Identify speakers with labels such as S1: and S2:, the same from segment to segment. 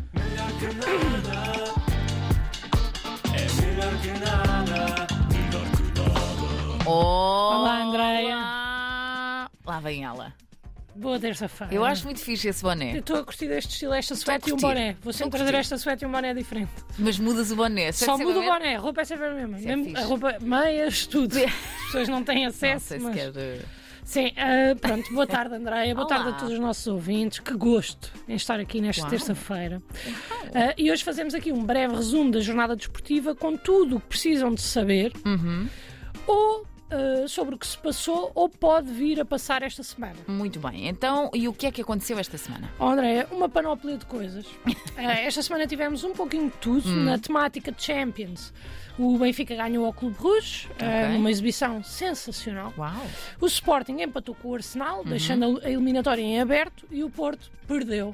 S1: que nada. É melhor que nada. Melhor que nada.
S2: Olá,
S3: Andreia.
S2: Lá. Lá vem ela.
S3: Boa terça-feira.
S2: Eu acho muito fixe esse boné,
S3: estou a curtir deste estilo, esta
S2: Estou a
S3: suéte e um
S2: curtir.
S3: boné.
S2: Estou
S3: Vou
S2: a
S3: sempre
S2: curtir.
S3: trazer esta suéte e um boné diferente.
S2: mas mudas o boné.
S3: Só
S2: Sabe
S3: muda o
S2: sempre a ver?
S3: boné, a roupa é sempre a mesma.
S2: Isso é
S3: Mesmo-
S2: fixe.
S3: a roupa, meias, tudo. As pessoas não têm
S2: Não
S3: acesso.
S2: sei se
S3: mas-
S2: quer. eh,
S3: Sim, ah, pronto, boa tarde, Andréia. Boa
S2: Olá.
S3: tarde a todos os nossos ouvintes. Que gosto em estar aqui nesta
S2: Uau. Então.
S3: terça-feira. Ah, e hoje fazemos aqui um breve resumo da jornada desportiva com tudo o que precisam de saber
S2: Uhum.
S3: ou ah, sobre o que se passou ou pode vir a passar esta semana.
S2: Muito bem. Então, e o que é que aconteceu esta semana?
S3: Oh, André, uma panóplia de coisas. Eh, Esta semana tivemos um pouquinho de tudo
S2: Hum.
S3: na temática Champions. O Benfica ganhou ao Clube Rouge, eh,
S2: Ok.
S3: numa exibição sensacional.
S2: Uau! Uhum.
S3: O Sporting empatou com o Arsenal, deixando a eliminatória em aberto, e o Porto perdeu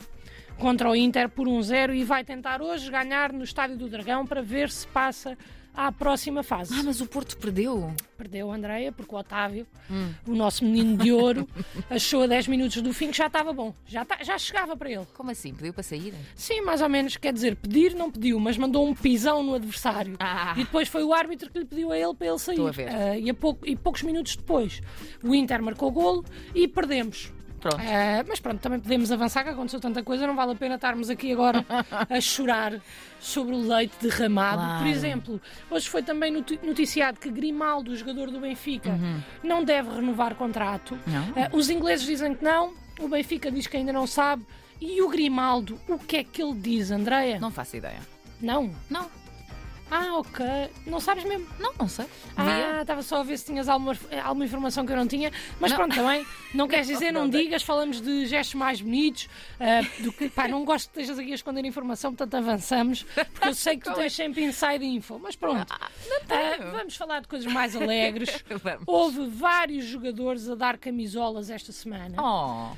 S3: contra o Inter por 1-0 e vai tentar hoje ganhar no Estádio do Dragão para ver se passa à próxima fase.
S2: Ah, mas o Porto perdeu.
S3: Perdeu a Andreia, porque o Otávio,
S2: Hum.
S3: o nosso menino de ouro, achou a 10 minutos do fim que já estava bom, já, ta- já chegava para ele.
S2: Como assim? Pediu para sair?
S3: Sim, mais ou menos, quer dizer, pedir não pediu, mas mandou um pisão no adversário.
S2: Ah.
S3: E depois foi o árbitro que lhe pediu a ele para ele sair.
S2: Estou a ver.
S3: Ah, e, a pouco- e poucos minutos depois, o Inter marcou o golo e perdemos.
S2: Pronto.
S3: Ah, mas pronto, também podemos avançar, que aconteceu tanta coisa, não vale a pena estarmos aqui agora a chorar sobre o leite derramado.
S2: Claro.
S3: Por exemplo, hoje foi também noti- noticiado que Grimaldo, o jogador do Benfica, não deve renovar contrato.
S2: Uhum. Não?
S3: Ah, os ingleses dizem que não, o Benfica diz que ainda não sabe. E o Grimaldo, o que é que ele diz, Andreia?
S2: Não faço ideia.
S3: Não.
S2: Não,
S3: Ah, ok. Não sabes mesmo?
S2: não, não sei.
S3: Ah, estava só a ver se tinhas alguma, alguma informação que eu não tinha. Mas
S2: Não.
S3: pronto, também. Não queres dizer, não,
S2: não dei.
S3: digas. Falamos de gestos mais bonitos. ah, do que, pá, não gosto que estejas aqui a esconder informação, portanto avançamos. Porque eu sei que tu tens sempre inside info. Mas pronto. é? Ah, vamos falar de coisas mais alegres.
S2: Vamos.
S3: Houve vários jogadores a dar camisolas esta semana.
S2: Oh,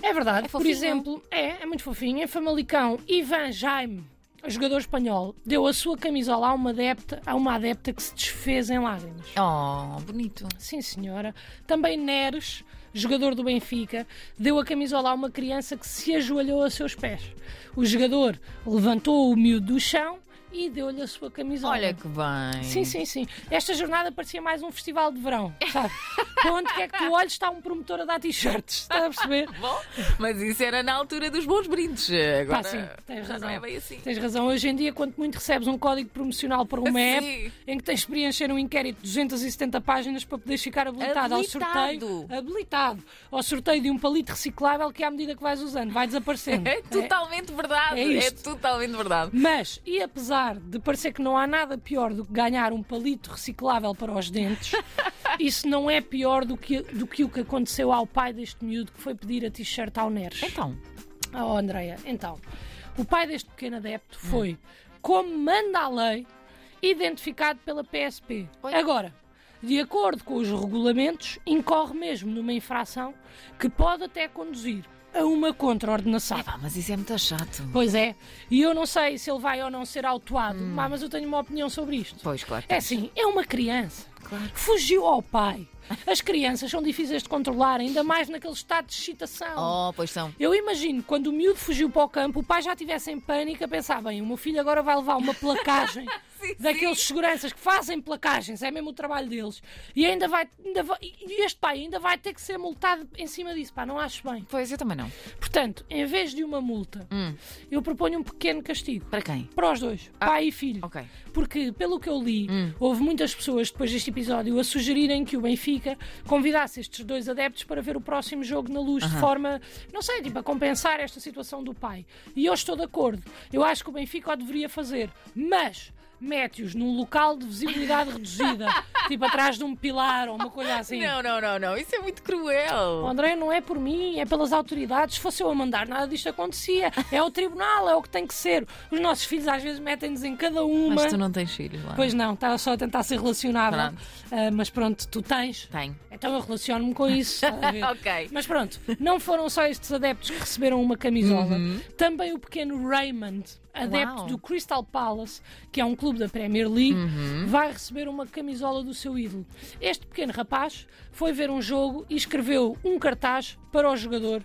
S3: É verdade.
S2: É
S3: Por
S2: fofinho.
S3: exemplo, é, é muito fofinho. Em Famalicão, Ivan Jaime, jogador espanhol, deu a sua camisola a uma adepta, a uma adepta que se desfez em lágrimas.
S2: oh, bonito.
S3: Sim, senhora. Também Neres, jogador do Benfica, deu a camisola a uma criança que se ajoelhou a seus pés. O jogador levantou o miúdo do chão e deu-lhe a sua camisola.
S2: Olha que bem.
S3: Sim, sim, sim. Esta jornada parecia mais um festival de verão, sabe? Para onde quer que tu olhes está um promotor a dar t-shirts, está a perceber?
S2: Tá Bom, mas isso era na altura dos bons brindes. Agora
S3: Pá, Tá, sim, tens
S2: já
S3: razão.
S2: não é bem assim.
S3: Tens razão. Hoje em dia, quanto muito recebes um código promocional para uma
S2: Sim.
S3: app em que tens de preencher um inquérito de 270 páginas para poderes ficar habilitado, ao sorteio.
S2: Habilitado.
S3: Habilitado. Ao sorteio de um palito reciclável que, à medida que vais usando, vai desaparecendo.
S2: É totalmente verdade.
S3: É
S2: é
S3: isto.
S2: totalmente verdade.
S3: Mas, e apesar de parecer que não há nada pior do que ganhar um palito reciclável para os dentes, isso não é pior do que, do que o que aconteceu ao pai deste miúdo que foi pedir a t-shirt ao Neres.
S2: Então,
S3: Oh, Andreia, então, o pai deste pequeno adepto foi, como manda a lei, identificado pela PSP.
S2: Oi.
S3: Agora, de acordo com os regulamentos, incorre mesmo numa infração que pode até conduzir a uma contraordenação.
S2: epá, mas isso é muito chato.
S3: Pois é, e eu não sei se ele vai ou não ser autuado, pá, mas eu tenho uma opinião sobre isto.
S2: Hum. Pois, claro.
S3: É assim, é uma criança.
S2: Claro.
S3: Fugiu ao pai. As crianças são difíceis de controlar, ainda mais naquele estado de excitação.
S2: Oh, pois são.
S3: Eu imagino, quando o miúdo fugiu para o campo, o pai já estivesse em pânico a pensar, bem, o meu filho agora vai levar uma placagem daqueles seguranças que fazem placagens, é mesmo o trabalho deles. E ainda vai, ainda vai- e este pai ainda vai ter que ser multado em cima disso, pá, não acho bem.
S2: Pois, eu também não.
S3: Portanto, em vez de uma multa, eu proponho um pequeno castigo.
S2: Para quem?
S3: Para os dois, pai e filho.
S2: ok.
S3: Porque, pelo que eu li,
S2: Hum.
S3: houve muitas pessoas depois deste episódio a sugerirem que o Benfica convidasse estes dois adeptos para ver o próximo jogo na luz, de forma, não sei, tipo, a compensar esta situação do pai. E eu estou de acordo. Eu acho que o Benfica o deveria fazer. Mas. Mete-os num local de visibilidade reduzida, tipo atrás de um pilar ou uma coisa assim.
S2: Não, não, não, não. Isso é muito cruel.
S3: Oh, André, não é por mim, é pelas autoridades. Se fosse eu a mandar, nada disto acontecia. É o tribunal, é o que tem que ser. Os nossos filhos às vezes metem-nos em cada uma.
S2: Mas tu não tens filhos lá.
S3: Pois não, estava só a tentar ser relacionável.
S2: Pronto.
S3: Ah, mas pronto, tu tens.
S2: Tenho.
S3: Então eu relaciono-me com isso. estás a ver?
S2: Ok.
S3: Mas pronto, não foram só estes adeptos que receberam uma camisola. Também o pequeno Raymond, adepto
S2: Uhum. Uau.
S3: do Crystal Palace, que é um clube da Premier League,
S2: Uhum.
S3: vai receber uma camisola do seu ídolo. Este pequeno rapaz
S2: Hum.
S3: foi ver um jogo e escreveu um cartaz para o jogador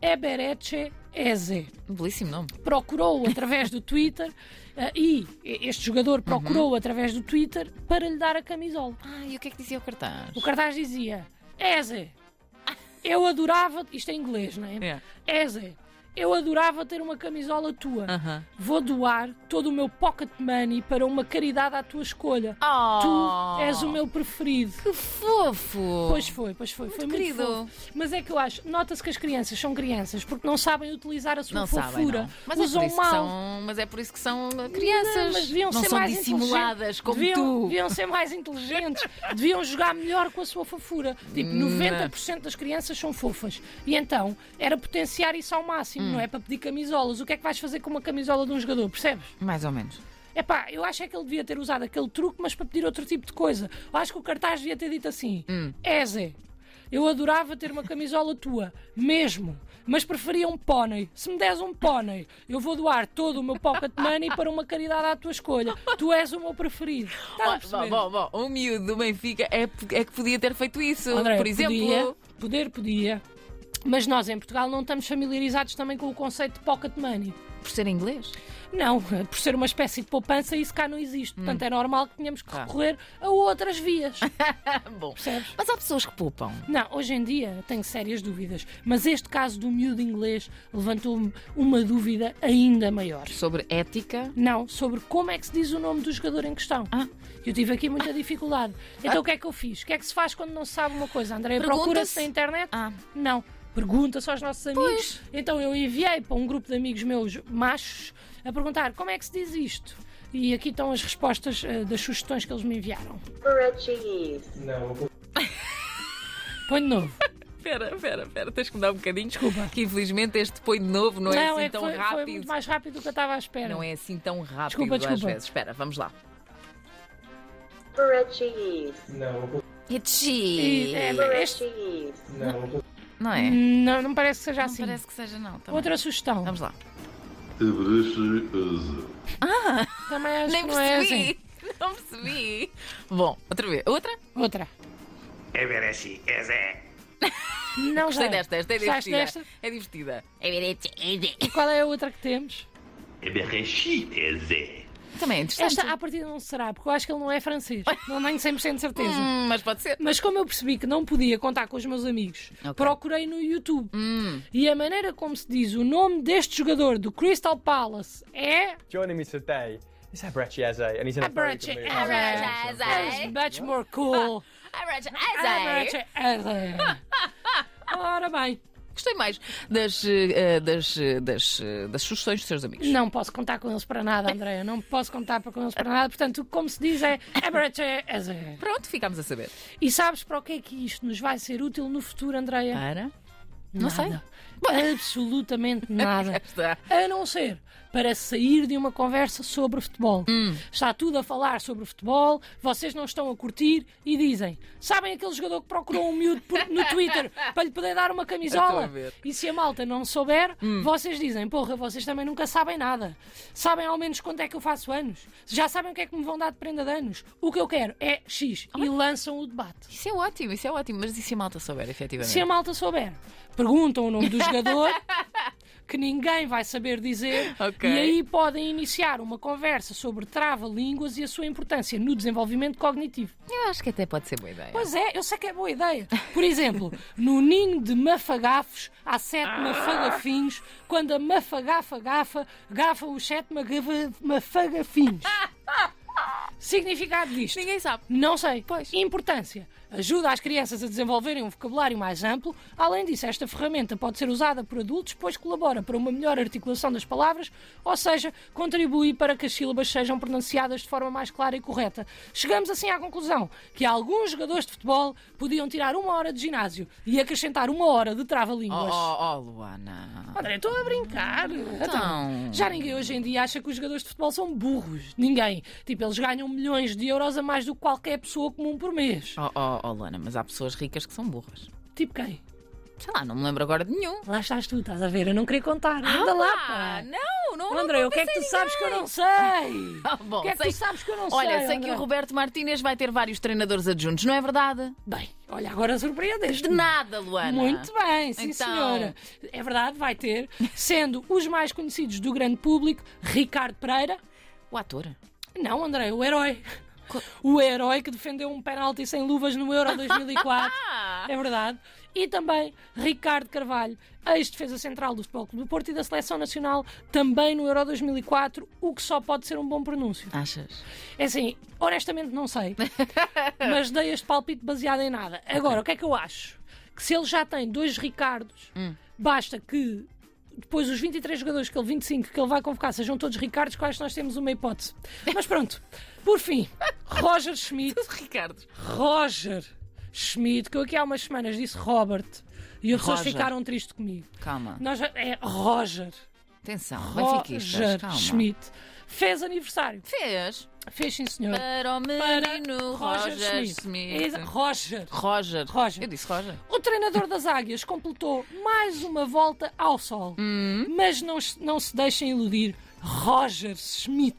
S3: Ebereche Eze
S2: Belíssimo nome.
S3: procurou através do Twitter eh, e este
S2: Uhum.
S3: jogador procurou através do Twitter para lhe dar a camisola.
S2: Ah, e o que é que dizia o cartaz?
S3: O cartaz dizia: Eze, eu adorava. Isto é inglês, não é?
S2: Yeah.
S3: Eze, eu adorava ter uma camisola tua.
S2: Aham.
S3: Vou doar todo o meu pocket money para uma caridade à tua escolha.
S2: Oh,
S3: Tu és o meu preferido.
S2: Que fofo!
S3: Pois foi, pois foi. foi
S2: querido.
S3: Muito fofo. Mas é que eu acho, nota-se que as crianças são crianças porque não sabem utilizar a sua
S2: não sabem,
S3: fofura.
S2: não. Mas,
S3: Usam
S2: é por isso
S3: mal.
S2: Que são, mas é por isso que são crianças.
S3: Não, mas deviam
S2: não
S3: ser
S2: são
S3: mais
S2: dissimuladas
S3: inteligentes.
S2: como
S3: deviam,
S2: tu.
S3: Deviam ser mais inteligentes, deviam jogar melhor com a sua fofura.
S2: Hum.
S3: Tipo, 90% das crianças são fofas. E então, era potenciar isso ao máximo,
S2: Hum.
S3: não é? Para pedir camisolas. O que é que vais fazer com uma camisola de um jogador, percebes?
S2: Mais ou menos.
S3: É pá, eu acho é que ele devia ter usado aquele truque, mas para pedir outro tipo de coisa. Eu acho que o cartaz devia ter dito assim:
S2: Hum.
S3: É Zé, eu adorava ter uma camisola tua, mesmo, mas preferia um pônei. Se me des um pônei, eu vou doar todo o meu pocket money para uma caridade à tua escolha. Tu és o meu preferido. Estás a
S2: Bom,
S3: perceber?
S2: bom, bom, bom, o Um miúdo do Benfica é, é que podia ter feito isso.
S3: André,
S2: por exemplo,
S3: podia, poder podia. Mas nós em Portugal não estamos familiarizados também com o conceito de pocket money.
S2: por ser inglês.
S3: Não, por ser uma espécie de poupança, isso cá não existe.
S2: Hum.
S3: Portanto, é normal que tenhamos que
S2: Claro.
S3: recorrer a outras vias.
S2: Ah, bom.
S3: Percebes?
S2: Mas há pessoas que poupam.
S3: Não, hoje em dia tenho sérias dúvidas, mas este caso do miúdo inglês levantou-me uma dúvida ainda maior.
S2: Sobre ética.
S3: Não, sobre como é que se diz o nome do jogador em questão.
S2: Ah.
S3: Eu tive aqui muita dificuldade. Então o que é que eu fiz? O que é que se faz quando não se sabe uma coisa? Andréia, procura-se
S2: Pergunta-se.
S3: na internet?
S2: Ah.
S3: Não. Pergunta-se aos nossos amigos. Então eu enviei para um grupo de amigos meus machos a perguntar como é que se diz isto. E aqui estão as respostas eh, das sugestões que eles me enviaram.
S4: Portuguese.
S3: Põe de novo.
S2: Espera, espera, espera, tens que mudar um bocadinho. Desculpa. Que infelizmente este põe de novo, não, é assim
S3: que
S2: tão
S3: foi, foi
S2: rápido.
S3: muito mais rápido do que eu estava à espera.
S2: Não é assim tão rápido
S3: Desculpa,
S2: às
S3: desculpa.
S2: vezes. Espera, vamos lá.
S4: Portuguese.
S2: It's
S3: E, é, este-
S4: Portuguese.
S2: Não é?
S3: não, não parece que seja assim.
S2: Parece que seja não. também.
S3: Outra sugestão.
S2: Vamos lá.
S5: Abruçoeuse.
S3: Também acho
S2: Nem
S3: que não é
S2: percebi.
S3: assim.
S2: Não percebi. Bom, outra vez. Outra?
S3: Outra.
S6: Ebereshi, Eze.
S3: Não
S2: Gostei
S3: já.
S2: desta, esta é
S3: Gostaste
S2: divertida.
S3: desta?
S2: É divertida.
S3: E qual é a outra que temos?
S6: Ebereshi, Eze.
S2: Também é interessante.
S3: Esta à partida não será, porque eu acho que ele não é francês. Não tenho 100% de certeza.
S2: Hum, mas pode ser.
S3: Ah, Mas como eu percebi que não podia contar com os meus amigos,
S2: Ok.
S3: procurei no YouTube. E a maneira como se diz o nome deste jogador do Crystal Palace é.
S7: Joining me today is Abrechi Eze, and he's in a very good mood.
S3: Abrechi
S2: Ah,
S3: It's much more cool. Ah, Abrechi Eze. Ora bem,
S2: Gostei mais das, eh, eh, das, eh, das, eh, das sugestões dos seus amigos.
S3: não posso contar com eles para nada, Andréia. Não posso contar com eles para nada. Portanto, como se diz é. Abrechi Eze.
S2: Pronto, ficámos a saber.
S3: E sabes para o que é que isto nos vai ser útil no futuro, Andréia?
S2: Para? Não sei.
S3: Absolutamente nada.
S2: Está.
S3: A não ser para sair de uma conversa sobre futebol.
S2: Hum.
S3: Está tudo a falar sobre futebol, vocês não estão a curtir e dizem: Sabem aquele jogador que procurou um miúdo por- no Twitter para lhe poder dar uma
S2: Estou a
S3: camisola?
S2: ver. Hum.
S3: E se a malta não souber, vocês dizem: Porra, vocês também nunca sabem nada. Sabem ao menos quando é que eu faço anos. Já sabem o que é que me vão dar de prenda de anos. O que eu quero é X.
S2: Ah,
S3: E lançam o debate.
S2: Isso é ótimo, isso é ótimo. Mas e se a malta souber, efetivamente?
S3: Se a malta souber, perguntam o nome do jogador, que ninguém vai saber dizer,
S2: Ok.
S3: e aí podem iniciar uma conversa sobre trava-línguas e a sua importância no desenvolvimento cognitivo.
S2: Eu acho que até pode ser boa ideia.
S3: Pois é, eu sei que é boa ideia. Por exemplo, no ninho de mafagafos, há sete
S2: Ah.
S3: mafagafinhos, quando a mafagafa gafa, gafa os sete magava- mafagafinhos. Significado disto.
S2: Ninguém sabe.
S3: Não sei. Pois. Importância. Ajuda as crianças a desenvolverem um vocabulário mais amplo. Além disso, esta ferramenta pode ser usada por adultos, pois colabora para uma melhor articulação das palavras, ou seja, contribui para que as sílabas sejam pronunciadas de forma mais clara e correta. Chegamos assim à conclusão que alguns jogadores de futebol podiam tirar uma hora de ginásio e acrescentar uma hora de
S2: Oh,
S3: trava-línguas.
S2: oh, oh, Luana.
S3: André, estou a brincar.
S2: Então.
S3: já ninguém hoje em dia acha que os jogadores de futebol são burros. Ninguém. Tipo, eles ganham milhões de euros a mais do que qualquer pessoa comum por mês.
S2: Oh, oh, oh, Luana, mas há pessoas ricas que são burras.
S3: Tipo quem?
S2: Sei lá, não me lembro agora de nenhum.
S3: Lá estás tu, estás a ver? Eu não queria contar. Anda lá, pá.
S2: Não, Ah, não,
S3: André,
S2: não
S3: o que é que tu
S2: pensei em
S3: sabes que eu
S2: ninguém.
S3: não sei?
S2: Ah, bom,
S3: o que é que
S2: sei-
S3: tu sabes que eu não
S2: Olha,
S3: sei?
S2: sei que
S3: André?
S2: o Roberto Martínez vai ter vários treinadores adjuntos, não é verdade?
S3: Bem, Olha, agora surpreendes.
S2: De nada, Luana.
S3: Muito bem, sim
S2: Então.
S3: senhora. É verdade, vai ter. Sendo os mais conhecidos do grande público, Ricardo Pereira.
S2: O ator.
S3: Não, André, o herói. O herói que defendeu um penalti sem luvas no Euro 2004. é verdade. E também Ricardo Carvalho, ex-defesa central do Futebol Clube do Porto e da Seleção Nacional, também no Euro 2004, o que só pode ser um bom pronúncio.
S2: Achas?
S3: É assim, honestamente não sei, mas dei este palpite baseado em nada. Agora, o que é que eu acho? Que se ele já tem dois Ricardos,
S2: Hum.
S3: basta que depois os 23 jogadores que ele 25 que ele vai convocar sejam todos Ricardos, que eu acho que nós temos uma hipótese. Mas pronto, por fim, Roger Schmidt,
S2: Ricardo.
S3: Roger Schmidt, que eu aqui há umas semanas disse Robert e as pessoas
S2: Roger.
S3: ficaram tristes comigo.
S2: Calma.
S3: Nós, é Roger,
S2: Atenção.
S3: Roger
S2: Benfiquistas. Calma.
S3: Schmidt. Fez aniversário.
S2: Fez.
S3: Fez sim, senhor.
S2: Para o
S3: para
S2: menino Roger, Smith.
S3: Exa- Roger.
S2: Roger.
S3: Roger.
S2: Eu disse Roger.
S3: O treinador das Águias completou mais uma volta ao sol.
S2: Hum?
S3: Mas não, se- não se deixem iludir. Roger Schmidt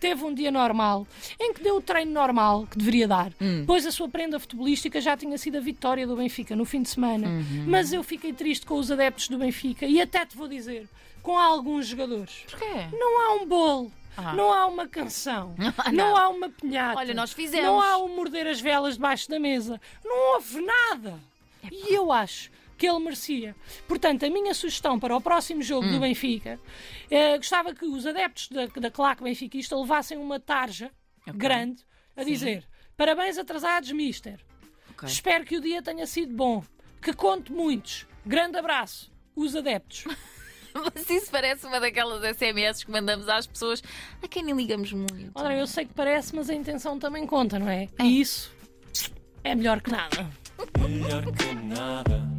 S3: teve um dia normal em que deu o treino normal que deveria dar,
S2: Hum.
S3: pois a sua prenda futebolística já tinha sido a vitória do Benfica no fim de semana.
S2: Uhum.
S3: Mas eu fiquei triste com os adeptos do Benfica e até te vou dizer, com alguns jogadores.
S2: Porquê?
S3: Não há um bolo.
S2: Ah.
S3: Não há uma canção,
S2: Ah,
S3: não.
S2: não.
S3: há uma pinhata,
S2: Olha, nós fizemos.
S3: não há um morder as velas debaixo da mesa, não houve nada.
S2: É
S3: E eu acho que ele merecia. Portanto, a minha sugestão para o próximo jogo
S2: Hum.
S3: do Benfica, eh, gostava que os adeptos da, da claque benfiquista levassem uma tarja grande a dizer parabéns atrasados, mister.
S2: Ok.
S3: Espero que o dia tenha sido bom. Que conte muitos. Grande abraço. Os adeptos.
S2: Mas isso parece uma daquelas SMS que mandamos às pessoas a quem nem ligamos muito.
S3: Ora, eu sei que parece, mas a intenção também conta, não é? E isso é melhor que nada.
S1: melhor que nada.